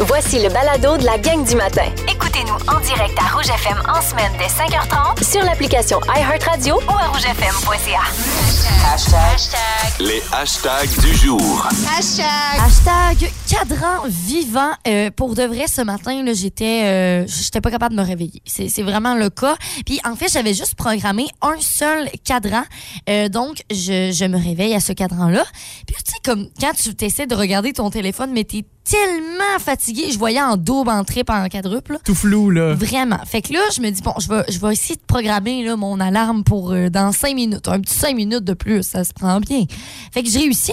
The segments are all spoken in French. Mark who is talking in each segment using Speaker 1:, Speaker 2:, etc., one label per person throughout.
Speaker 1: Voici le balado de la gang du matin. Écoutez-nous en direct à Rouge FM en semaine dès 5h30 sur l'application iHeartRadio ou à rougefm.ca.
Speaker 2: Les hashtags du jour.
Speaker 3: Hashtag cadran vivant. Euh, pour de vrai, ce matin, là, j'étais, euh, j'étais pas capable de me réveiller. C'est, c'est vraiment le cas. Puis en fait, j'avais juste programmé un seul cadran. Euh, donc, je, je me réveille à ce cadran-là. Puis tu sais, comme quand tu essaies de regarder ton téléphone, mais t'es tellement fatigué. Je voyais en double, en triple, en quadruple. là.
Speaker 4: Tout flou, là.
Speaker 3: Vraiment. Fait que là, je me dis, bon, je vais, je vais essayer de programmer là, mon alarme pour euh, dans cinq minutes. Un petit cinq minutes de plus, ça se prend bien. Fait que j'ai réussi.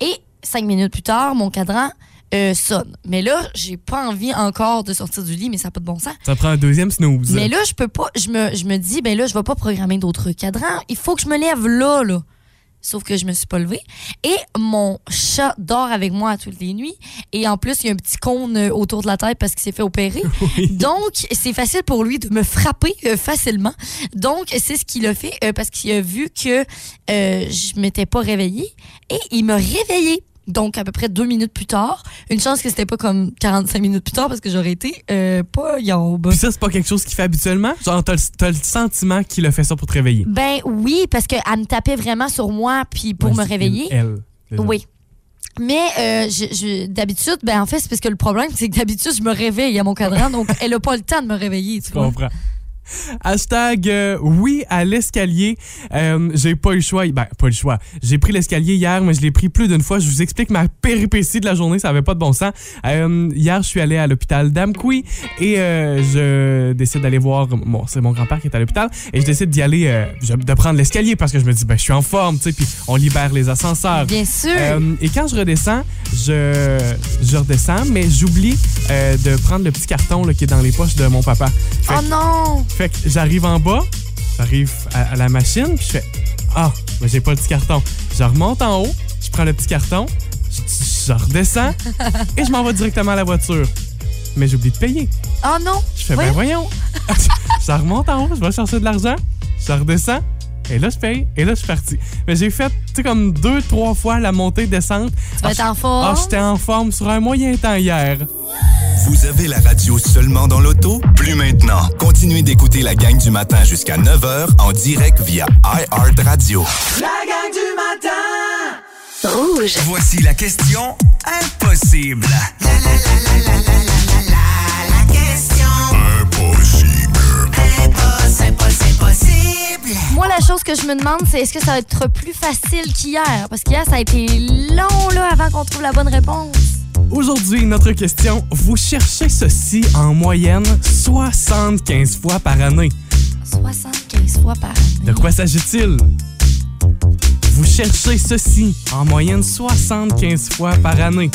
Speaker 3: Et cinq minutes plus tard, mon cadran euh, sonne. Mais là, j'ai pas envie encore de sortir du lit, mais ça n'a pas de bon sens.
Speaker 4: Ça prend un deuxième snooze.
Speaker 3: Mais là, je peux pas. Je me, je me dis, ben là, je vais pas programmer d'autres cadrans. Il faut que je me lève là, là. Sauf que je me suis pas levée. Et mon chat dort avec moi à toutes les nuits. Et en plus, il y a un petit cône euh, autour de la tête parce qu'il s'est fait opérer. Donc, c'est facile pour lui de me frapper euh, facilement. Donc, c'est ce qu'il a fait euh, parce qu'il a vu que euh, je m'étais pas réveillée. Et il m'a réveillée. Donc, à peu près deux minutes plus tard. Une chance que c'était pas comme 45 minutes plus tard parce que j'aurais été euh, pas yob.
Speaker 4: Puis ça, c'est pas quelque chose qu'il fait habituellement? Genre, t'as le- t'as le sentiment qu'il a fait ça pour te réveiller.
Speaker 3: Ben oui, parce qu'elle me tapait vraiment sur moi puis pour
Speaker 4: Ouais,
Speaker 3: me
Speaker 4: c'est
Speaker 3: réveiller.
Speaker 4: une L, déjà.
Speaker 3: Oui. Mais euh, je- je- d'habitude, ben en fait, c'est parce que le problème, c'est que d'habitude, je me réveille à mon cadran, donc elle a pas le temps de me réveiller, tu
Speaker 4: Je
Speaker 3: vois.
Speaker 4: comprends. Hashtag euh, oui à l'escalier. Euh, j'ai pas eu le choix. Ben, pas eu le choix. J'ai pris l'escalier hier, mais je l'ai pris plus d'une fois. Je vous explique ma péripétie de la journée. Ça avait pas de bon sens. Euh, hier, je suis allé à l'hôpital d'Amqui et euh, je décide d'aller voir. Bon, c'est mon grand-père qui est à l'hôpital et je décide d'y aller, euh, je- de prendre l'escalier parce que je me dis, ben, je suis en forme, tu sais, puis on libère les ascenseurs.
Speaker 3: Bien sûr.
Speaker 4: Euh, et quand je redescends, je, je redescends, mais j'oublie euh, de prendre le petit carton là, qui est dans les poches de mon papa. Fait,
Speaker 3: oh non!
Speaker 4: fait que j'arrive en bas, j'arrive à, à la machine, puis je fais Ah, mais j'ai pas le petit carton. Je remonte en haut, je prends le petit carton, je, je redescends et je m'en vais directement à la voiture. Mais j'oublie de payer.
Speaker 3: Oh non!
Speaker 4: Je fais,
Speaker 3: Ouais.
Speaker 4: ben voyons. je remonte en haut, je vais chercher de l'argent, je redescends, et là, je paye, et là, je suis parti. Mais j'ai fait, tu sais, comme deux, trois fois la montée-descente.
Speaker 3: Tu vas être en forme.
Speaker 4: Ah, j'étais en forme sur un moyen temps hier.
Speaker 2: Vous avez la radio seulement dans l'auto? Plus maintenant. Continuez d'écouter la gang du matin jusqu'à 9h en direct via iHeartRadio.
Speaker 1: Rouge.
Speaker 2: Voici la question impossible.
Speaker 3: Moi, la chose que je me demande, c'est est-ce que ça va être plus facile qu'hier? Parce qu'hier, ça a été long, là, avant qu'on trouve la bonne réponse.
Speaker 4: Aujourd'hui, notre question, vous cherchez ceci en moyenne 75 fois par année.
Speaker 3: 75 fois par année.
Speaker 4: De quoi s'agit-il? Vous cherchez ceci en moyenne 75 fois par année.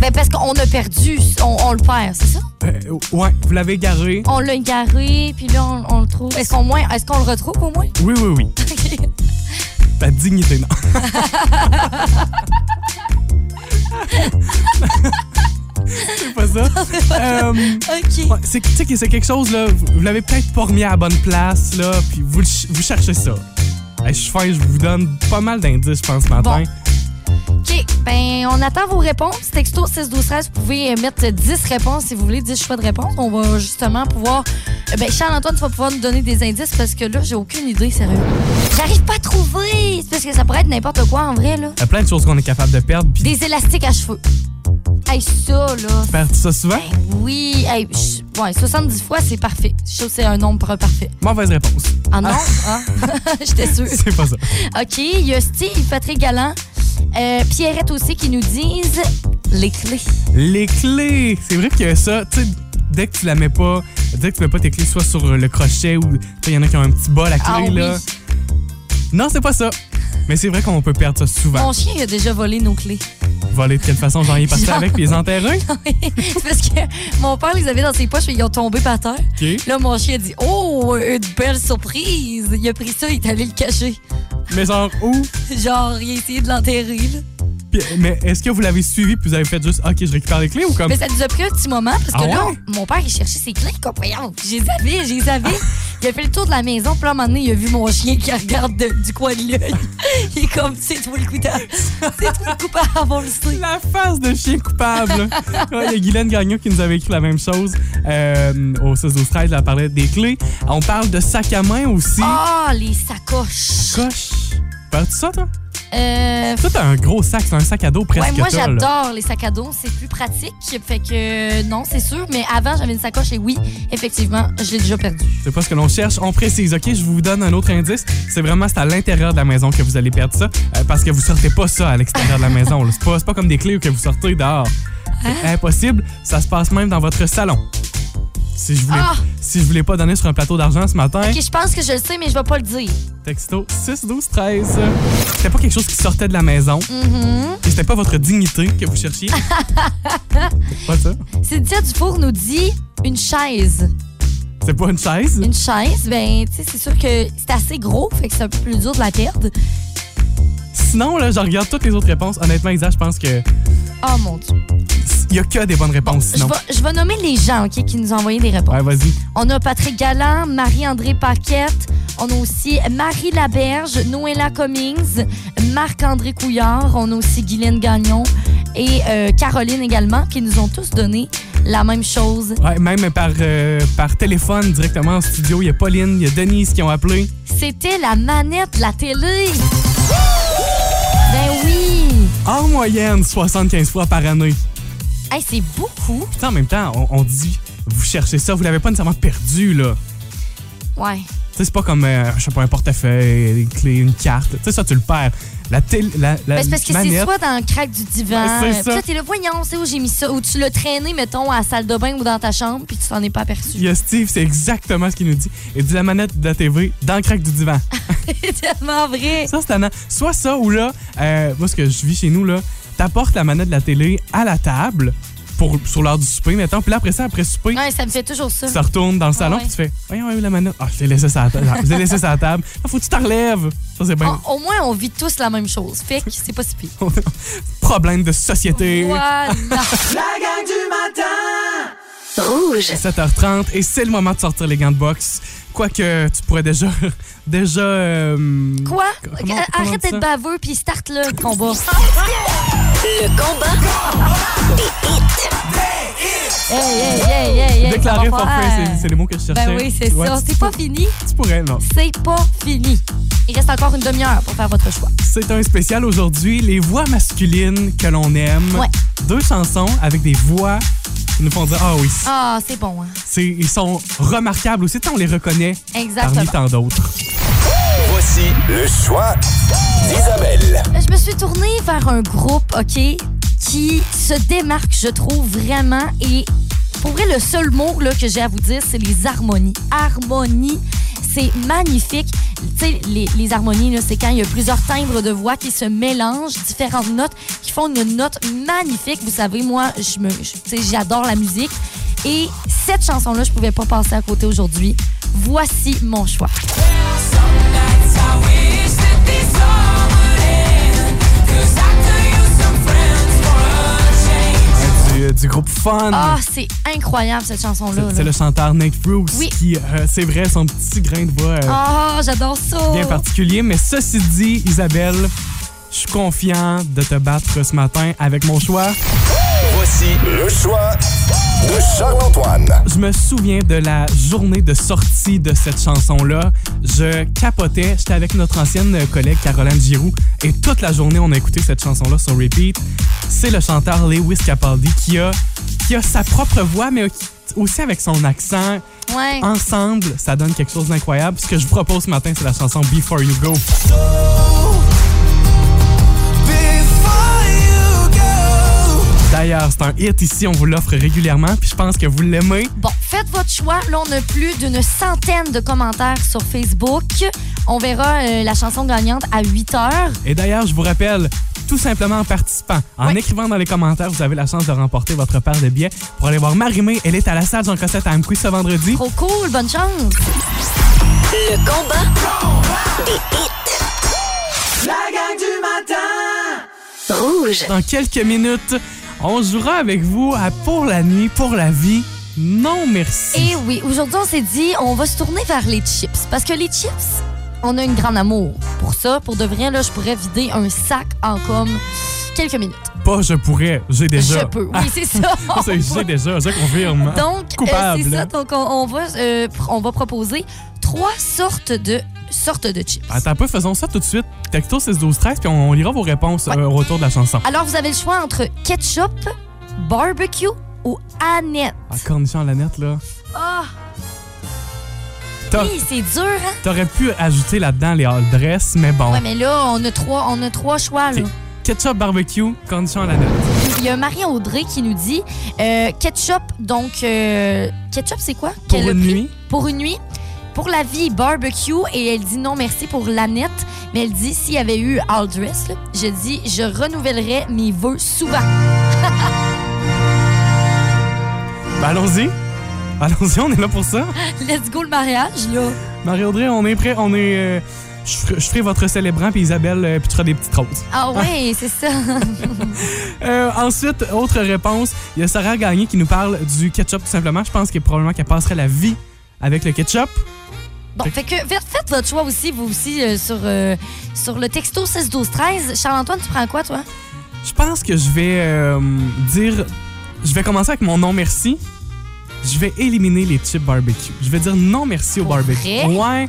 Speaker 3: Ben, parce qu'on a perdu, on, on le perd, c'est ça?
Speaker 4: Euh, ouais, vous l'avez garé.
Speaker 3: On l'a égaré, puis là, on, on le trouve. Est-ce qu'on moins- est-ce qu'on le retrouve au moins?
Speaker 4: Oui, oui, oui. Ta dignité, non. c'est pas ça. Euh,
Speaker 3: OK.
Speaker 4: ouais, c'est tu sais que c'est quelque chose, là, vous, vous l'avez peut-être pas remis à la bonne place, là, puis vous, le ch- vous cherchez ça. Hey, je suis fin, je vous donne pas mal d'indices, je pense, ce matin.
Speaker 3: OK. Ben, on attend vos réponses. Texto 6 12 13 vous pouvez euh, mettre 10 réponses si vous voulez, 10 choix de réponses. On va justement pouvoir. euh, Ben, Charles-Antoine, tu vas pouvoir nous donner des indices parce que là, j'ai aucune idée, sérieux. J'arrive pas à trouver. C'est parce que ça pourrait être n'importe quoi en vrai, là.
Speaker 4: Il y a plein de choses qu'on est capable de perdre, puis
Speaker 3: Des élastiques à cheveux. Hey, ça, là.
Speaker 4: perdre ça souvent.
Speaker 3: Ben oui. Hey, ch- ouais, 70 fois, c'est parfait. Je trouve que c'est un nombre parfait.
Speaker 4: Mauvaise réponse.
Speaker 3: Ah non? Ah. J'étais sûre.
Speaker 4: C'est pas ça.
Speaker 3: OK, il y a Steve, Patrick Galland, euh, Pierrette aussi qui nous disent les clés.
Speaker 4: Les clés, c'est vrai que ça, tu sais, dès que tu la mets pas, dès que tu mets pas tes clés soit sur le crochet ou tu sais, il y en a qui ont un petit bol à clé
Speaker 3: Ah oui.
Speaker 4: là. Non, c'est pas ça. Mais c'est vrai qu'on peut perdre ça souvent.
Speaker 3: Mon chien il a déjà volé nos clés.
Speaker 4: Voler de quelle façon, genre il est parti
Speaker 3: Genre.
Speaker 4: avec puis les enterrer.
Speaker 3: C'est parce que mon père les avait dans ses poches et ils ont tombé par terre.
Speaker 4: OK.
Speaker 3: Là, mon chien a dit Oh, une belle surprise! Il a pris ça, il est allé le cacher.
Speaker 4: Mais genre où
Speaker 3: Genre, il a essayé de l'enterrer. là.
Speaker 4: Puis- Mais est-ce que vous l'avez suivi puis vous avez fait juste OK, je récupère les clés ou comme
Speaker 3: Mais ça nous a pris un petit moment parce que
Speaker 4: Ah
Speaker 3: là,
Speaker 4: ouais?
Speaker 3: on- mon père, il cherchait ses clés, comprenons. Je les avais, je les avais. Il a fait le tour de la maison, puis là, à un moment donné, il a vu mon chien qui regarde de- du coin de l'œil. il est comme, c'est toi le coupable. C'est toi le coupable, on le sait.
Speaker 4: La face de chien coupable. Ouais, Il y a Guylaine Gagnon qui nous avait écrit la même chose euh, au 16 12 13. Elle parlait des clés. On parle de sac à main aussi.
Speaker 3: Ah, les sacoches.
Speaker 4: Coche. Parles-tu ça, toi?
Speaker 3: Euh,
Speaker 4: Toi, t'as un gros sac. C'est un sac à dos presque
Speaker 3: ouais, moi,
Speaker 4: t'as, là.
Speaker 3: j'adore les sacs à dos. C'est plus pratique. Fait que, euh, non, c'est sûr. Mais avant, j'avais une sacoche et oui, effectivement, je l'ai déjà perdue.
Speaker 4: C'est pas ce que l'on cherche. On précise, OK? Je vous donne un autre indice. C'est vraiment c'est à l'intérieur de la maison que vous allez perdre ça. euh, parce que vous sortez pas ça à l'extérieur de la maison. là. C'est pas, c'est pas comme des clés que vous sortez dehors. C'est
Speaker 3: Hein?
Speaker 4: impossible. Ça se passe même dans votre salon. Si je voulais,
Speaker 3: Ah!
Speaker 4: si je voulais pas donner sur un plateau d'argent ce matin,
Speaker 3: Ok, je pense que je le sais, mais je vais pas le dire.
Speaker 4: texto 6 12 13. C'était pas quelque chose qui sortait de la maison.
Speaker 3: Mhm.
Speaker 4: Et c'était pas votre dignité que vous cherchiez. pas ça.
Speaker 3: Cynthia Dufour nous dit une chaise.
Speaker 4: C'est pas une chaise.
Speaker 3: Une chaise, ben, tu sais, c'est sûr que c'est assez gros, fait que c'est un peu plus dur de la perdre.
Speaker 4: Sinon, là, je regarde toutes les autres réponses. Honnêtement, Isa, je pense que
Speaker 3: Oh mon Dieu.
Speaker 4: il y a que des bonnes réponses.
Speaker 3: Je
Speaker 4: sinon.
Speaker 3: vais, je vais nommer les gens ok, qui nous ont envoyé des réponses.
Speaker 4: Ouais, vas-y.
Speaker 3: On a Patrick Galland, Marie-André Paquette. On a aussi Marie Laberge, Noëlla Cummings, Marc-André Couillard. On a aussi Guylaine Gagnon et euh, Caroline également, qui nous ont tous donné la même chose.
Speaker 4: Ouais, même par, euh, par téléphone directement en studio. Il y a Pauline, il y a Denise qui ont appelé.
Speaker 3: C'était la manette de la télé. Ben oui.
Speaker 4: En moyenne, 75 fois par année.
Speaker 3: Hey, c'est beaucoup.
Speaker 4: Putain, en même temps, on, on dit, vous cherchez ça, vous l'avez pas nécessairement perdu, là.
Speaker 3: Ouais.
Speaker 4: Tu sais, c'est pas comme, euh, je sais pas, un portefeuille, une clé, une carte. Tu sais, ça, tu le perds. La télé, la, la
Speaker 3: Ben, c'est parce que c'est
Speaker 4: manette,
Speaker 3: soit dans le crack du divan,
Speaker 4: Ouais, c'est
Speaker 3: euh, puis
Speaker 4: ça.
Speaker 3: là, t'es là, voyons, c'est où j'ai mis ça, ou tu l'as traîné, mettons, à la salle de bain ou dans ta chambre, puis tu t'en es pas aperçu.
Speaker 4: il y a Steve, c'est exactement ce qu'il nous dit. Il dit la manette de la TV dans le crack du divan.
Speaker 3: C'est tellement vrai.
Speaker 4: Ça, c'est tannant. Soit ça ou là, euh, moi, ce que je vis chez nous, là, t'apportes la manette de la télé à la table pour, sur l'heure du souper, mettons. Puis là, après ça, après souper,
Speaker 3: Ouais, ça me fait toujours ça.
Speaker 4: tu te retournes dans le salon,
Speaker 3: ouais.
Speaker 4: puis tu fais Voyons, où est la manette Ah, je l'ai laissé sur la table. Je l'ai laissé sur la table. Ah, faut que tu t'en relèves. Ça, c'est bien.
Speaker 3: Au- au moins, on vit tous la même chose. Fait que c'est pas si pire.
Speaker 4: Problème de société.
Speaker 3: Voilà.
Speaker 5: La gang du matin
Speaker 4: 7h30, et c'est le moment de sortir les gants de boxe. Quoique, tu pourrais déjà. déjà. euh,
Speaker 3: Quoi?
Speaker 4: comment- comment on dit
Speaker 3: Arrête
Speaker 4: ça?
Speaker 3: d'être baveux, puis start le combat.
Speaker 1: Le combat des hits.
Speaker 3: Hey, hey, hey, hey, hey.
Speaker 4: Déclarer
Speaker 3: ça va
Speaker 4: forfait,
Speaker 3: faire.
Speaker 4: c'est- c'est les mots que je cherchais.
Speaker 3: Ben oui, c'est
Speaker 4: Ouais,
Speaker 3: ça.
Speaker 4: tu-
Speaker 3: C'est pas fini.
Speaker 4: Tu pourrais, non.
Speaker 3: C'est pas fini. Il reste encore une demi-heure pour faire votre choix.
Speaker 4: C'est un spécial aujourd'hui, les voix masculines que l'on aime.
Speaker 3: Ouais.
Speaker 4: Deux chansons avec des voix qui nous font dire Ah oui,
Speaker 3: Ah, c'est bon, hein?
Speaker 4: c'est- ils sont remarquables aussi. Tu sais, On les reconnaît parmi
Speaker 3: Exactement.
Speaker 4: tant d'autres.
Speaker 2: Voici le choix d'Isabelle.
Speaker 3: Je me suis tournée vers un groupe, OK, qui se démarque, je trouve, vraiment. Et pour vrai, le seul mot là, que j'ai à vous dire, c'est les harmonies. Harmonie, c'est magnifique. Tu sais, les, les harmonies, là, c'est quand il y a plusieurs timbres de voix qui se mélangent, différentes notes qui font une note magnifique. Vous savez, moi, je me, je- tu sais, j'adore la musique. Et cette chanson-là, je pouvais pas passer à côté aujourd'hui. Voici mon choix.
Speaker 4: Du, du groupe Fun.
Speaker 3: Ah, c'est incroyable cette
Speaker 4: C'est-
Speaker 3: chanson-là. là.
Speaker 4: C'est le chanteur Nate Bruce
Speaker 3: Oui.
Speaker 4: qui, euh, c'est vrai, son petit grain de voix euh,
Speaker 3: Ah, j'adore ça.
Speaker 4: bien particulier. Mais ceci dit, Isabelle, je suis confiant de te battre ce matin avec mon choix.
Speaker 2: Voici le choix de Charles-Antoine.
Speaker 4: Je me souviens de la journée de sortie de cette chanson-là. Je capotais. J'étais avec notre ancienne collègue Caroline Giroux et toute la journée, on a écouté cette chanson-là sur repeat. C'est le chanteur Lewis Capaldi qui a, qui a sa propre voix, mais aussi avec son accent.
Speaker 3: Ouais.
Speaker 4: Ensemble, ça donne quelque chose d'incroyable. Ce que je vous propose ce matin, c'est la chanson Before You Go. D'ailleurs, c'est un hit ici, on vous l'offre régulièrement, puis je pense que vous l'aimez.
Speaker 3: Bon, faites votre choix. Là, on a plus d'une centaine de commentaires sur Facebook. On verra euh, la chanson gagnante à 8 heures.
Speaker 4: Et d'ailleurs, je vous rappelle, tout simplement en participant, en
Speaker 3: Oui.
Speaker 4: écrivant dans les commentaires, vous avez la chance de remporter votre paire de billets pour aller voir Marimé. Elle est à la salle Jean Cossette à Amqui ce vendredi.
Speaker 3: Trop cool, bonne chance.
Speaker 1: Le combat des hits.
Speaker 5: La gang du matin
Speaker 1: Rouge.
Speaker 4: Dans quelques minutes, on jouera avec vous à Pour la nuit, pour la vie. Non, merci.
Speaker 3: Et Eh oui, aujourd'hui, on s'est dit, on va se tourner vers les chips. Parce que les chips, on a une grande amour pour ça. Pour de vrai, là, je pourrais vider un sac en comme quelques minutes.
Speaker 4: Pas je pourrais, j'ai déjà.
Speaker 3: Je peux. Oui, c'est ça.
Speaker 4: Ah, c'est- j'ai déjà, je confirme.
Speaker 3: Donc, euh,
Speaker 4: Coupable.
Speaker 3: c'est ça. Donc, on, on va, euh, pr- on va proposer trois sortes de, sortes de chips.
Speaker 4: Attends un peu, faisons ça tout de suite. Texto 6 12 13 puis on, on lira vos réponses
Speaker 3: Ouais.
Speaker 4: euh, au retour de la chanson.
Speaker 3: Alors, vous avez le choix entre ketchup, barbecue ou aneth.
Speaker 4: Ah, cornichon à la nette, là.
Speaker 3: Ah,
Speaker 4: T'as-
Speaker 3: oui, c'est dur, hein?
Speaker 4: T'aurais pu ajouter là-dedans les all dress, mais bon.
Speaker 3: Ouais, mais là, on a trois, on a trois choix, là.
Speaker 4: Ok. Ketchup barbecue, cornichon à la nette.
Speaker 3: Il y a Marie Audrey qui nous dit euh, ketchup, donc euh, ketchup, c'est quoi?
Speaker 4: Pour
Speaker 3: Qu'elle a
Speaker 4: une
Speaker 3: pris?
Speaker 4: nuit,
Speaker 3: Pour une nuit. Pour la vie, barbecue. Et elle dit non merci pour la nette. Mais elle dit s'il y avait eu all dress, là, je dis je renouvellerais mes vœux souvent.
Speaker 4: Ben, allons-y. Allons-y, on est là pour ça.
Speaker 3: Let's go le mariage, là.
Speaker 4: Marie-Audrey, on est prêt, on est. euh, je, ferai, je ferai votre célébrant, puis Isabelle, euh, puis tu feras des petites roses.
Speaker 3: Ah ouais, c'est ça.
Speaker 4: Euh, ensuite, autre réponse, il y a Sarah Gagné qui nous parle du ketchup tout simplement. Je pense que probablement qu'elle passerait la vie avec le ketchup.
Speaker 3: Bon, fait que faites, faites votre choix aussi, vous aussi, euh, sur, euh, sur le texto 6 12 13 Charles-Antoine, tu prends quoi, toi?
Speaker 4: Je pense que je vais euh, dire. Je vais commencer avec mon non merci. Je vais éliminer les chips barbecue. Je vais dire non merci au
Speaker 3: Pour
Speaker 4: barbecue.
Speaker 3: vrai? Ah.
Speaker 4: Ouais.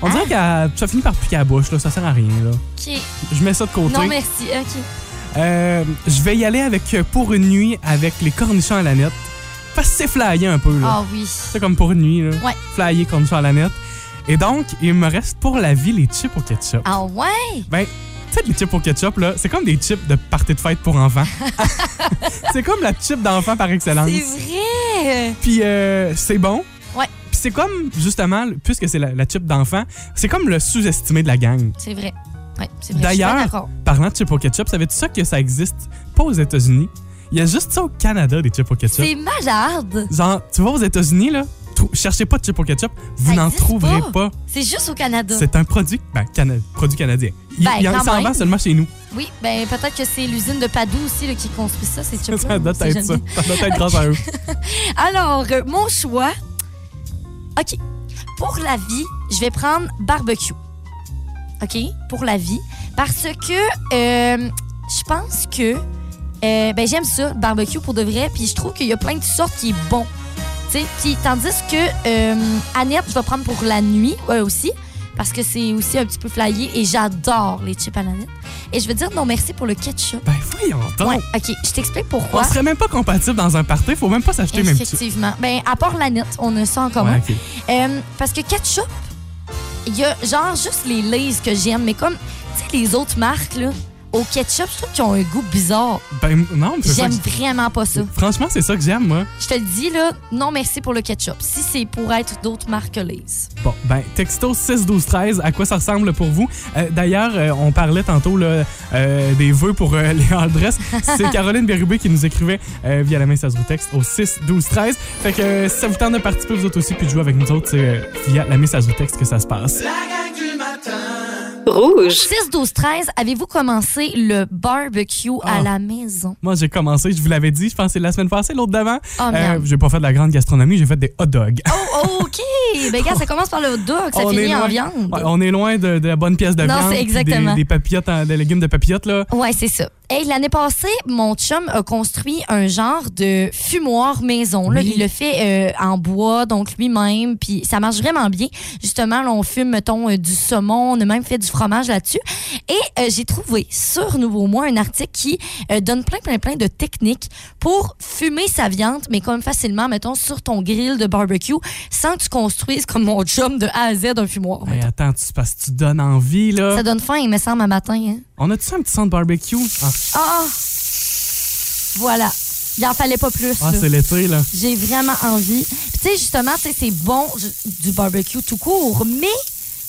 Speaker 4: On dirait que ça finit par piquer à la bouche, là. ça sert à rien. Là.
Speaker 3: OK.
Speaker 4: Je mets ça de côté.
Speaker 3: Non, merci. OK.
Speaker 4: Euh, je vais y aller avec euh, pour une nuit avec les cornichons à la nette. Parce que c'est flyé un peu. Là.
Speaker 3: Ah oui.
Speaker 4: C'est comme pour une nuit. Là.
Speaker 3: Ouais.
Speaker 4: Flyer cornichons à la nette. Et donc, il me reste pour la vie les chips au ketchup.
Speaker 3: Ah ouais?
Speaker 4: Ben, tu sais, les chips au ketchup, là, c'est comme des chips de party de fête pour enfants. c'est comme la chip d'enfant par excellence.
Speaker 3: C'est vrai!
Speaker 4: Puis euh, c'est bon.
Speaker 3: Ouais.
Speaker 4: Puis c'est comme, justement, puisque c'est la, la chip d'enfant, c'est comme le sous-estimé de la gang.
Speaker 3: C'est vrai. Ouais, c'est vrai.
Speaker 4: D'ailleurs-
Speaker 3: Je suis bien d'accord.
Speaker 4: Parlant de chips au ketchup, savais-tu ça que ça existe pas aux États-Unis? Il y a juste ça au Canada, des chips au ketchup.
Speaker 3: c'est malade.
Speaker 4: Genre, tu vas aux États-Unis, là, trou- cherchez pas de chips au ketchup, vous
Speaker 3: Ça
Speaker 4: n'en
Speaker 3: existe
Speaker 4: trouverez
Speaker 3: pas.
Speaker 4: pas.
Speaker 3: C'est juste au Canada.
Speaker 4: C'est un produit, ben, cana- produit canadien. Il,
Speaker 3: Ben,
Speaker 4: il en
Speaker 3: quand
Speaker 4: s'en
Speaker 3: même.
Speaker 4: vend seulement chez nous.
Speaker 3: Oui, ben peut-être que c'est l'usine de Padoue aussi là, qui construit ça. C'est
Speaker 4: Ça doit être ça. Ça doit être grâce à eux.
Speaker 3: Alors, euh, mon choix. OK. Pour la vie, je vais prendre barbecue. OK? Pour la vie. Parce que euh, je pense que. euh, ben, j'aime ça, le barbecue pour de vrai. Puis je trouve qu'il y a plein de sortes qui est bon. Tu sais? Puis tandis que euh, Annette, je vais prendre pour la nuit ouais, aussi. Parce que c'est aussi un petit peu flyé et j'adore les chips à l'aneth. Et je vais dire non merci pour le ketchup.
Speaker 4: Ben voyons donc.
Speaker 3: Ouais, OK. Je t'explique
Speaker 4: On
Speaker 3: pourquoi.
Speaker 4: serait même pas compatible dans un party, faut même pas s'acheter même petit.
Speaker 3: Effectivement. Ben, à part la nette, on a ça en commun.
Speaker 4: Ouais, ok.
Speaker 3: Euh, parce que ketchup, il y a genre juste les Lay's que j'aime, mais comme, tu sais, les autres marques, là, au ketchup, je trouve qu'ils ont un goût bizarre.
Speaker 4: Ben non, mais c'est ça
Speaker 3: J'aime
Speaker 4: que-
Speaker 3: vraiment pas ça.
Speaker 4: Franchement, c'est ça que j'aime, moi.
Speaker 3: Je te le dis, là, non merci pour le ketchup. Si c'est pour être d'autres marques que Lay's.
Speaker 4: Bon, ben, texto 6 12 13 à quoi ça ressemble pour vous? Euh, D'ailleurs, euh, on parlait tantôt là, euh, des vœux pour euh, les hard dress. C'est Caroline Bérubé qui nous écrivait euh, via la messagerie texte au 6 12 13 Fait que euh, si ça vous tente de participer, vous autres aussi, puis de jouer avec nous autres, c'est euh, via la messagerie texte que ça se passe.
Speaker 5: La gang du matin.
Speaker 3: 6, 12, 13, avez-vous commencé le barbecue
Speaker 4: Ah.
Speaker 3: à la maison?
Speaker 4: Moi, j'ai commencé, je vous l'avais dit, je pense que c'est la semaine passée, l'autre d'avant. Euh,
Speaker 3: Oh, merde.
Speaker 4: j'ai pas fait de la grande gastronomie, j'ai fait des hot dogs.
Speaker 3: Oh, OK! ben, gars, ça commence par le hot dog, ça
Speaker 4: On est
Speaker 3: finit
Speaker 4: loin.
Speaker 3: en viande.
Speaker 4: Ouais, on est loin de, de la bonne pièce de
Speaker 3: Non,
Speaker 4: viande.
Speaker 3: c'est
Speaker 4: puis
Speaker 3: exactement.
Speaker 4: Des, des papillotes, en- des légumes de papillotes, là.
Speaker 3: Ouais, c'est ça. Hey, l'année passée, mon chum a construit un genre de fumoir maison. Là.
Speaker 4: Oui.
Speaker 3: Il le fait euh, en bois, donc lui-même, puis ça marche vraiment bien. Justement, là, on fume, mettons, euh, du saumon, on a même fait du fromage là-dessus. Et euh, j'ai trouvé sur Nouveau Mois un article qui euh, donne plein, plein, plein de techniques pour fumer sa viande, mais comme facilement, mettons, sur ton grill de barbecue, sans que tu construises comme mon chum de A à Z un fumoir.
Speaker 4: Hey, attends, tu, parce que tu donnes envie, là.
Speaker 3: Ça donne faim, il me semble, à matin. Hein?
Speaker 4: On a-tu un petit son de barbecue? Ah,
Speaker 3: Ah! Voilà. Il n'en fallait pas plus.
Speaker 4: ah,
Speaker 3: là.
Speaker 4: c'est l'été, là.
Speaker 3: J'ai vraiment envie. Puis, Tu sais, justement, tu sais, c'est bon ju- du barbecue tout court, mais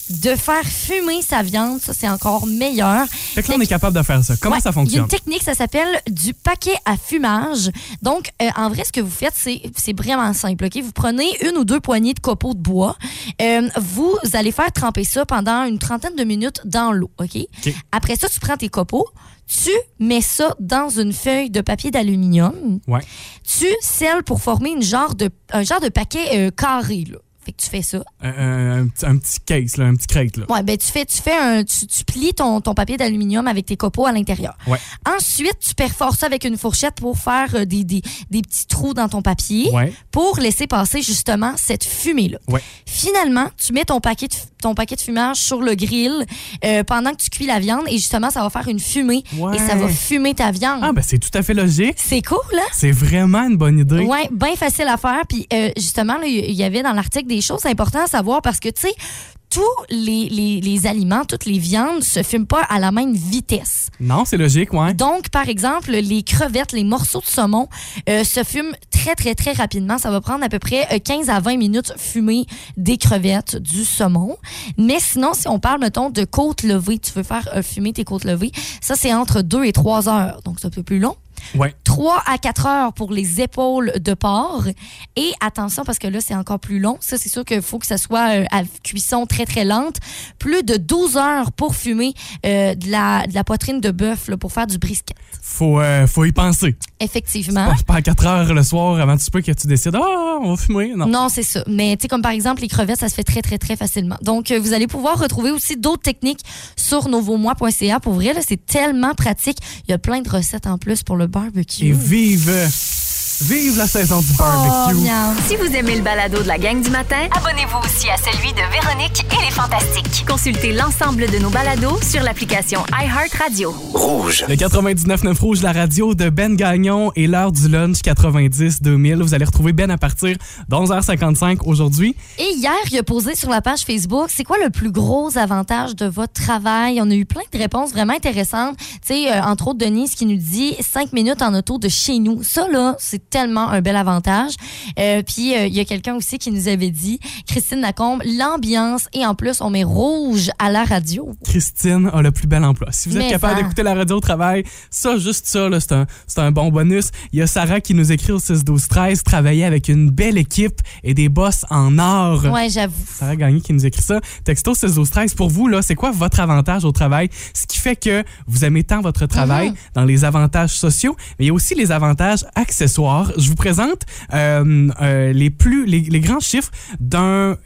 Speaker 3: de faire fumer sa viande, ça, c'est encore meilleur.
Speaker 4: Fait que là, on est capable de faire ça. Comment
Speaker 3: Ouais,
Speaker 4: ça
Speaker 3: Il y a
Speaker 4: fonctionne?
Speaker 3: une technique, ça s'appelle du paquet à fumage. Donc, euh, en vrai, ce que vous faites, c'est c'est vraiment simple. ok? Vous prenez une ou deux poignées de copeaux de bois. Euh, vous allez faire tremper ça pendant une trentaine de minutes dans l'eau. ok?
Speaker 4: Ok.
Speaker 3: Après ça, tu prends tes copeaux, Tu mets ça dans une feuille de papier d'aluminium.
Speaker 4: Ouais.
Speaker 3: Tu selles pour former une genre de, un genre de paquet euh, carré. Là. Fait que tu fais ça.
Speaker 4: Euh, euh, un, petit- un petit case, là, un petit crate. Là.
Speaker 3: Ouais, ben tu fais, tu fais un, tu, tu plies ton, ton papier d'aluminium avec tes copeaux à l'intérieur.
Speaker 4: Ouais.
Speaker 3: Ensuite, tu perfores ça avec une fourchette pour faire euh, des, des, des petits trous dans ton papier
Speaker 4: Ouais.
Speaker 3: pour laisser passer justement cette fumée-là.
Speaker 4: Ouais.
Speaker 3: Finalement, tu mets ton paquet de, fu- ton paquet de fumage sur le grill euh, pendant que tu cuis la viande et justement, ça va faire une fumée
Speaker 4: Ouais.
Speaker 3: et ça va fumer ta viande.
Speaker 4: Ah, ben c'est tout à fait logique.
Speaker 3: C'est cool, hein?
Speaker 4: C'est vraiment une bonne idée.
Speaker 3: Oui, bien facile à faire. Puis euh, justement, là, il y avait dans l'article des choses importantes à savoir parce que, tu sais, tous les, les- les aliments, toutes les viandes se fument pas à la même vitesse.
Speaker 4: Non, c'est logique, ouais.
Speaker 3: Donc, par exemple, les crevettes, les morceaux de saumon euh, se fument très, très, très rapidement. Ça va prendre à peu près euh, 15 à 20 minutes fumée des crevettes, du saumon. Mais sinon, si on parle, mettons, de côtes levées, tu veux faire euh, fumer tes côtes levées, ça, c'est entre 2 et 3 heures. Donc, c'est un peu plus long.
Speaker 4: Ouais.
Speaker 3: 3 à 4 heures pour les épaules de porc. Et attention, parce que là, c'est encore plus long. Ça, c'est sûr qu'il faut que ça soit euh, à cuisson très, très lente. Plus de 12 heures pour fumer euh, de, la, de la poitrine de bœuf là, pour faire du brisket.
Speaker 4: Faut, euh, faut y penser.
Speaker 3: Effectivement.
Speaker 4: Pense pas à 4 heures le soir avant tu peux que tu décides, ah, on va fumer. Non.
Speaker 3: Non, c'est ça. Mais tu sais, comme par exemple, les crevettes, ça se fait très, très, très facilement. Donc, euh, vous allez pouvoir retrouver aussi d'autres techniques sur novomois.ca. Pour vrai, là, c'est tellement pratique. Il y a plein de recettes en plus pour le barbecue.
Speaker 4: Et vive, euh, vive la saison du
Speaker 3: Oh,
Speaker 4: barbecue.
Speaker 3: miam.
Speaker 1: Si vous aimez le balado de la gang du matin, abonnez-vous aussi à celui de Véronique et les Fantastiques. Consultez l'ensemble de nos balados sur l'application iHeartRadio.
Speaker 4: Le 99.9 Rouge, la radio de Ben Gagnon et l'heure du lunch 90-2000. Vous allez retrouver Ben à partir d'11h55 aujourd'hui.
Speaker 3: Et hier, il a posé sur la page Facebook, c'est quoi le plus gros avantage de votre travail? On a eu plein de réponses vraiment intéressantes. Tu sais, euh, entre autres, Denise qui nous dit 5 minutes en auto de chez nous. Ça, là, c'est tellement un bel avantage. Euh, puis, euh, il y a quelqu'un aussi qui nous avait dit, Christine Lacombe, l'ambiance et en plus, on met rouge à la radio.
Speaker 4: Christine a le plus bel emploi. Si vous êtes
Speaker 3: Mais
Speaker 4: capable
Speaker 3: ça.
Speaker 4: d'écouter la radio au travail, ça, juste ça, là, c'est un, c'est un bon bonus. Il y a Sarah qui nous écrit au 6-12-13, travailler avec une belle équipe et des boss en or.
Speaker 3: Ouais, j'avoue.
Speaker 4: Sarah Gagné qui nous écrit ça. Texto 16 12 13 pour vous, là, c'est quoi votre avantage au travail? Ce qui fait que vous aimez tant votre travail dans les avantages sociaux, mais il y a aussi les avantages accessoires. Je vous présente euh, euh, les, plus, les, les grands chiffres d'un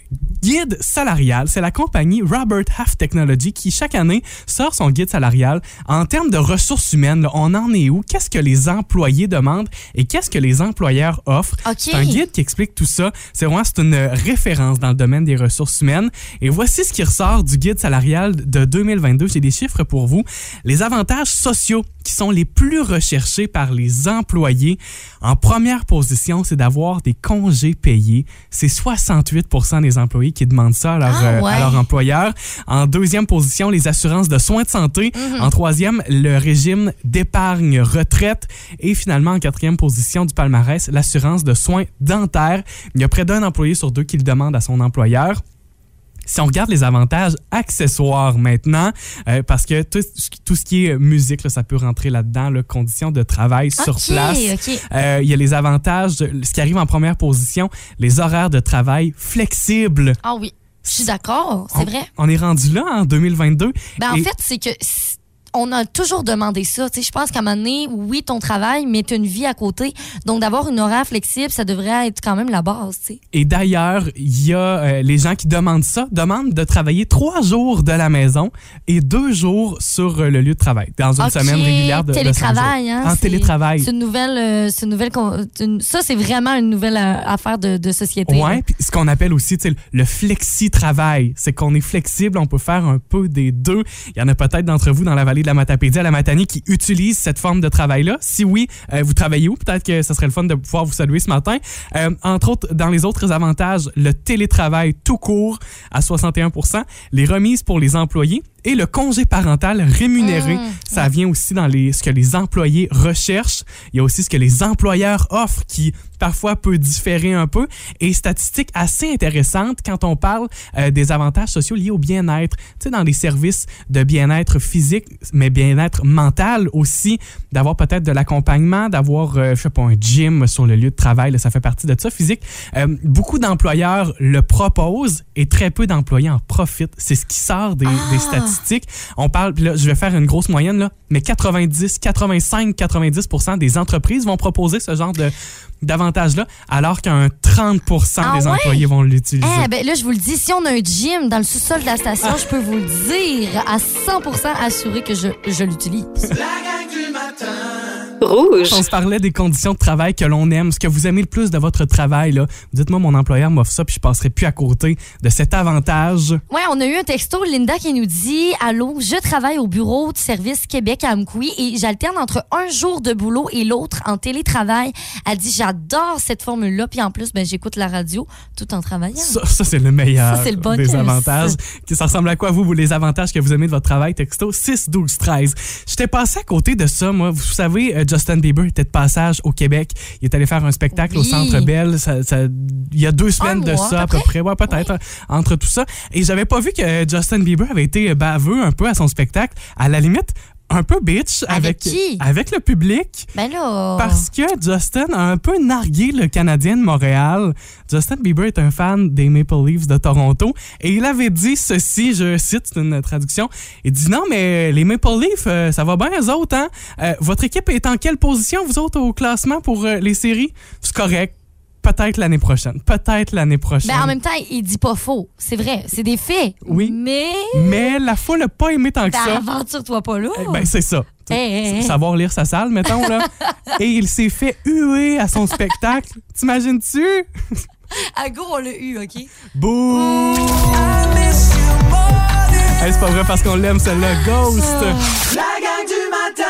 Speaker 4: guide salarial. C'est la compagnie Robert Half Technology qui, chaque année, sort son guide salarial. En termes de ressources humaines, là, on en est où? Qu'est-ce que les employés demandent et qu'est-ce que les employeurs offrent?
Speaker 3: OK.
Speaker 4: C'est un guide guide qui explique tout ça. C'est vraiment c'est une référence dans le domaine des ressources humaines. Et voici ce qui ressort du guide salarial de 2022. J'ai des chiffres pour vous. Les avantages sociaux qui sont les plus recherchés par les employés. En première position, c'est d'avoir des congés payés. C'est 68 des employés qui demandent ça à leur,
Speaker 3: Ah
Speaker 4: euh, à
Speaker 3: ouais.
Speaker 4: leur employeur. En deuxième position, les assurances de soins de santé.
Speaker 3: Mhm.
Speaker 4: En troisième, le régime d'épargne retraite. Et finalement, en quatrième position du palmarès, l'assurance de soins dentaires. Il y a près d'un employé sur deux qui le demande à son employeur. Si on regarde les avantages accessoires maintenant, euh, parce que tout, ce qui- tout ce qui est musique, là, ça peut rentrer là-dedans, là, conditions de travail sur
Speaker 3: OK,
Speaker 4: place.
Speaker 3: OK.
Speaker 4: Euh, il y a les avantages, de- ce qui arrive en première position, les horaires de travail flexibles.
Speaker 3: Ah oui, je suis d'accord,
Speaker 4: On-
Speaker 3: c'est vrai.
Speaker 4: On est rendu là en 2022.
Speaker 3: Ben, en
Speaker 4: Et-
Speaker 3: fait, c'est que s- on a toujours demandé ça. Tu sais, je pense qu'à un moment donné, oui, ton travail, mais tu une vie à côté. Donc, d'avoir une horaire flexible, ça devrait être quand même la base. tu sais.
Speaker 4: Et d'ailleurs, il y a euh, les gens qui demandent ça, demandent de travailler trois jours de la maison et deux jours sur euh, le lieu de travail, dans une
Speaker 3: Ok,
Speaker 4: semaine régulière de, de cinq
Speaker 3: télétravail.
Speaker 4: jours.
Speaker 3: hein,
Speaker 4: en
Speaker 3: c'est-
Speaker 4: télétravail.
Speaker 3: C'est une nouvelle. euh, c'est une nouvelle con- c'est une- ça, c'est vraiment une nouvelle euh, affaire de, de société. là.
Speaker 4: Ouais, puis ce qu'on appelle aussi tu sais, le flexi-travail, c'est qu'on est flexible, on peut faire un peu des deux. Il y en a peut-être d'entre vous dans la vallée de la Matapédie à la Matanie qui utilisent cette forme de travail-là. Si oui, euh, vous travaillez où? Peut-être que ce serait le fun de pouvoir vous saluer ce matin. Euh, entre autres, dans les autres avantages, le télétravail tout court à 61 les remises pour les employés et le congé parental rémunéré. ça vient aussi dans les, ce que les employés recherchent. Il y a aussi ce que les employeurs offrent qui parfois peut différer un peu. Et statistiques assez intéressantes quand on parle euh, des avantages sociaux liés au bien-être. Tu sais, dans les services de bien-être physique, mais bien-être mental aussi, d'avoir peut-être de l'accompagnement, d'avoir, euh, je sais pas, un gym sur le lieu de travail, là, ça fait partie de ça, physique. Euh, beaucoup d'employeurs le proposent et très peu d'employés en profitent. C'est ce qui sort des, des
Speaker 3: Ah,
Speaker 4: statistiques. On parle, puis là, je vais faire une grosse moyenne, là, mais 90, 85, 90 des entreprises vont proposer ce genre de d'avantages-là, alors qu'un 30
Speaker 3: Ah
Speaker 4: des
Speaker 3: ouais?
Speaker 4: employés vont l'utiliser.
Speaker 3: Eh ben là, je vous le dis, si on a un gym dans le sous-sol de la station, je peux vous le dire à 100% assuré que je, je l'utilise.
Speaker 5: La gang du matin.
Speaker 1: Rouge.
Speaker 3: ben,
Speaker 4: On se parlait des conditions de travail que l'on aime, ce que vous aimez le plus de votre travail. Là. Dites-moi, mon employeur m'offre ça, puis je passerai plus à côté de cet avantage.
Speaker 3: Ouais, on a eu un texto, Linda, qui nous dit Allô, je travaille au bureau de service Québec à Amkoui et j'alterne entre un jour de boulot et l'autre en télétravail. Elle dit J'adore cette formule-là, puis en plus, ben, j'écoute la radio tout en travaillant.
Speaker 4: Ça, ça, c'est le meilleur
Speaker 3: Ça, c'est le bonus.
Speaker 4: des avantages. Ça. ressemble à quoi, vous, vous, les avantages que vous aimez de votre travail? Texto 6, 12, 13. J'étais passé à côté de ça, moi. Vous savez, euh, Justin Bieber était de passage au Québec. Il est allé faire un spectacle au
Speaker 3: Oui.
Speaker 4: Centre Bell. Ça- ça- il y a deux semaines de
Speaker 3: mois,
Speaker 4: ça,
Speaker 3: à
Speaker 4: à peu
Speaker 3: peu
Speaker 4: près. Ouais, peut-être, euh, entre tout ça. Et j'avais pas vu que euh, Justin Bieber avait été euh, baveux un peu à son spectacle. À la limite, un peu bitch
Speaker 3: Avec qui?
Speaker 4: avec le public.
Speaker 3: Ben là.
Speaker 4: Parce que Justin a un peu nargué le Canadien de Montréal. Justin Bieber est un fan des Maple Leafs de Toronto et il avait dit ceci, je cite, c'est une traduction. Il dit non, mais les Maple Leafs, euh, ça va bien eux autres, hein? Euh, votre équipe est en quelle position, vous autres, au classement pour euh, les séries? C'est correct. Peut-être l'année prochaine. Peut-être l'année prochaine.
Speaker 3: Ben en même temps, il dit pas faux. C'est vrai, c'est des faits.
Speaker 4: Oui.
Speaker 3: Mais.
Speaker 4: Mais la foule n'a pas aimé tant que
Speaker 3: Ben, Eh,
Speaker 4: ça.
Speaker 3: aventure-toi pas là.
Speaker 4: Ben, c'est ça.
Speaker 3: Hey, hey, hey.
Speaker 4: Savoir lire sa salle, mettons, là. Et il s'est fait huer à son spectacle. T'imagines-tu?
Speaker 3: À go, on l'a eu, OK?
Speaker 4: Bouh! Hey, c'est pas vrai parce qu'on l'aime, celle-là. Ghost!
Speaker 5: La gang du matin.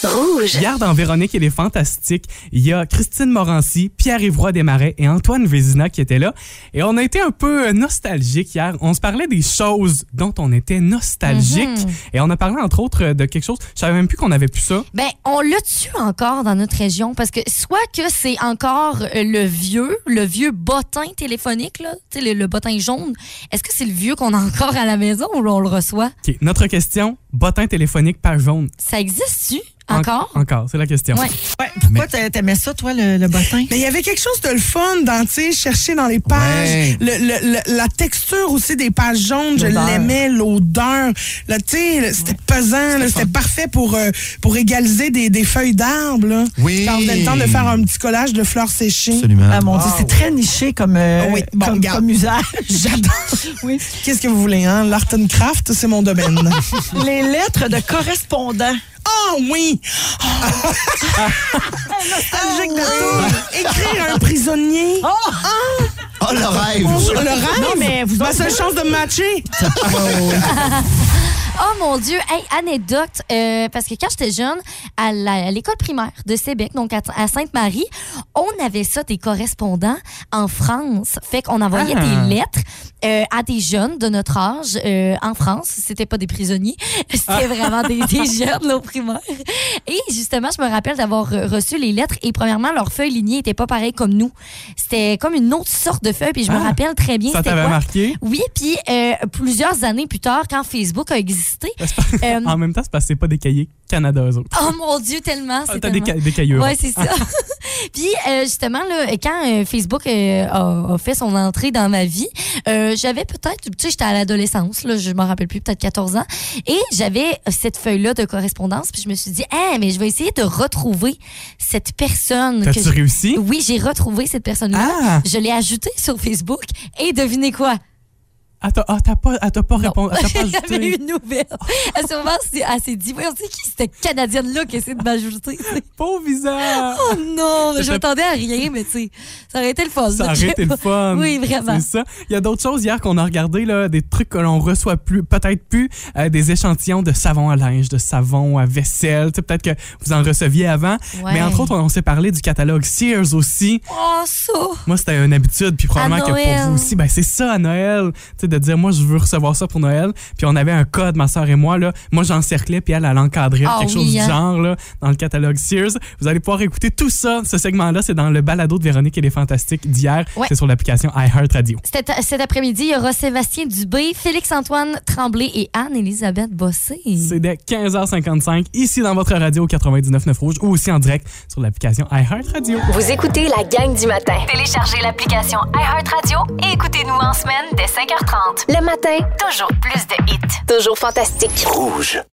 Speaker 1: Rouge.
Speaker 4: Hier, dans Véronique et les Fantastiques, il y a Christine Morancy, Pierre-Yvroy Desmarais et Antoine Vézina qui étaient là. Et on a été un peu nostalgique hier. On se parlait des choses dont on était nostalgique.
Speaker 3: Mm-hmm.
Speaker 4: Et on a parlé, entre autres, de quelque chose. Je savais même plus qu'on avait plus ça.
Speaker 3: Ben, on le tue encore dans notre région parce que soit que c'est encore euh, le vieux, le vieux bottin téléphonique, là, tu sais, le, le bottin jaune. Est-ce que c'est le vieux qu'on a encore à la maison ou on le reçoit?
Speaker 4: OK, notre question, bottin téléphonique, page jaune.
Speaker 3: Ça existe-tu
Speaker 4: En-
Speaker 3: encore?
Speaker 4: Encore, c'est la question.
Speaker 3: Ouais.
Speaker 6: Ouais, pourquoi t'a- t'aimais ça, toi, le, le bottin?
Speaker 7: Mais il y avait quelque chose de le fun dans, tu sais, chercher dans les pages.
Speaker 6: Ouais.
Speaker 7: Le- le- le- la texture aussi des pages jaunes, je
Speaker 6: L'odeur.
Speaker 7: l'aimais, l'odeur. Là, Tu sais, là, c'était pesant, là, c'était parfait pour, euh, pour égaliser des, des feuilles d'arbres. là.
Speaker 6: Oui.
Speaker 7: Ça revenait le temps de faire un petit collage de fleurs séchées.
Speaker 6: Absolument. Ah, mon Dieu, c'est très niché comme, euh,
Speaker 7: Ah oui, bon,
Speaker 6: comme,
Speaker 7: regarde.
Speaker 6: comme usage.
Speaker 7: J'adore.
Speaker 6: Oui.
Speaker 7: Qu'est-ce que vous voulez, hein? L'art and craft, c'est mon domaine.
Speaker 6: Les lettres de correspondant.
Speaker 7: Oh oui! Oh. Nostalgique de tout. Écrire un prisonnier.
Speaker 8: Oh, le rêve!
Speaker 7: Bonjour, Ben, le rêve.
Speaker 6: Non, mais vous
Speaker 7: Ma
Speaker 6: autres-
Speaker 7: seule chance de me matcher.
Speaker 3: Oh mon Dieu! Hey, anecdote, euh, parce que quand j'étais jeune, à la- à l'école primaire de Sébec, donc à, à Sainte-Marie, on avait ça des correspondants en France. Fait qu'on envoyait
Speaker 4: Ah.
Speaker 3: des lettres euh, à des jeunes de notre âge euh, en France. C'était pas des prisonniers, c'était
Speaker 4: Ah.
Speaker 3: vraiment des, des jeunes là, au primaire. Et justement, je me rappelle d'avoir euh, reçu les lettres et premièrement, leur feuille lignée était pas pareille comme nous. C'était comme une autre sorte de feuille, puis je me
Speaker 4: Ah.
Speaker 3: rappelle très bien
Speaker 4: Ça
Speaker 3: c'était
Speaker 4: t'avait
Speaker 3: quoi.
Speaker 4: marqué?
Speaker 3: Oui, puis euh, plusieurs années plus tard, quand Facebook a existé, euh,
Speaker 4: En même temps, c'est parce que c'est pas des cahiers Canada, eux autres.
Speaker 3: oh mon Dieu, tellement,
Speaker 4: Ah,
Speaker 3: c'est
Speaker 4: T'as des,
Speaker 3: tellement...
Speaker 4: ca- des cahiers.
Speaker 3: Ouais, c'est ça. Puis euh, justement, là, quand euh, Facebook euh, a, a fait son entrée dans ma vie, euh, j'avais peut-être, tu sais, j'étais à l'adolescence, là, je m'en rappelle plus, peut-être 14 ans, et j'avais euh, cette feuille-là de correspondance, puis je me suis dit, hey, mais je vais essayer de retrouver cette personne. que
Speaker 4: T'as-tu
Speaker 3: je-
Speaker 4: réussi?
Speaker 3: Oui, j'ai retrouvé cette personne-là.
Speaker 4: Ah!
Speaker 3: Je l'ai ajoutée sur Facebook, et devinez quoi?
Speaker 4: Ah, t'as ah, t'as pas, ah, t'as pas répondu. Ah, t'as pas
Speaker 3: Elle avait eu
Speaker 4: ajouté.
Speaker 3: une nouvelle. Elle s'est vraiment- elle s'est dit, voyons, c'est qui cette Canadienne-là qui essaie de m'ajouter?
Speaker 4: Pauvre visage!
Speaker 3: Oh non, je
Speaker 4: C'était-
Speaker 3: m'attendais à rien, mais tu sais, ça aurait été le fun.
Speaker 4: Ça aurait été le fun.
Speaker 3: Oui, vraiment.
Speaker 4: C'est ça. Il y a d'autres choses hier qu'on a regardé, là, des trucs que l'on reçoit plus, peut-être plus, euh, des échantillons de savon à linge, de savon à vaisselle. Tu sais, Peut-être que vous en receviez avant.
Speaker 3: Ouais.
Speaker 4: Mais entre autres, on, on s'est parlé du catalogue Sears aussi.
Speaker 3: Oh, ça!
Speaker 4: Moi, c'était une habitude, puis probablement que pour
Speaker 3: Noël.
Speaker 4: vous aussi, ben, c'est ça à Noël. Tu sais, de dire, moi, je veux recevoir ça pour Noël. Puis on avait un code, ma soeur et moi, là. Moi, j'encerclais, puis elle, elle encadrait
Speaker 3: Ah
Speaker 4: quelque
Speaker 3: oui,
Speaker 4: chose
Speaker 3: hein.
Speaker 4: du genre, là, dans le catalogue Sears. Vous allez pouvoir écouter tout ça. Ce segment-là, c'est dans le balado de Véronique et les Fantastiques d'hier.
Speaker 3: Ouais.
Speaker 4: C'est sur l'application iHeartRadio.
Speaker 3: C'était- Cet après-midi, il y aura Sébastien Dubé, Félix-Antoine Tremblay et Anne-Élisabeth Bossé.
Speaker 4: C'est dès 15h55, ici dans votre radio 99.9 Rouge ou aussi en direct sur l'application iHeartRadio.
Speaker 1: Vous écoutez la gang du matin. Téléchargez l'application iHeartRadio et écoutez-nous en semaine dès 5h30. différentes. Le matin, toujours plus de hits. Toujours fantastique.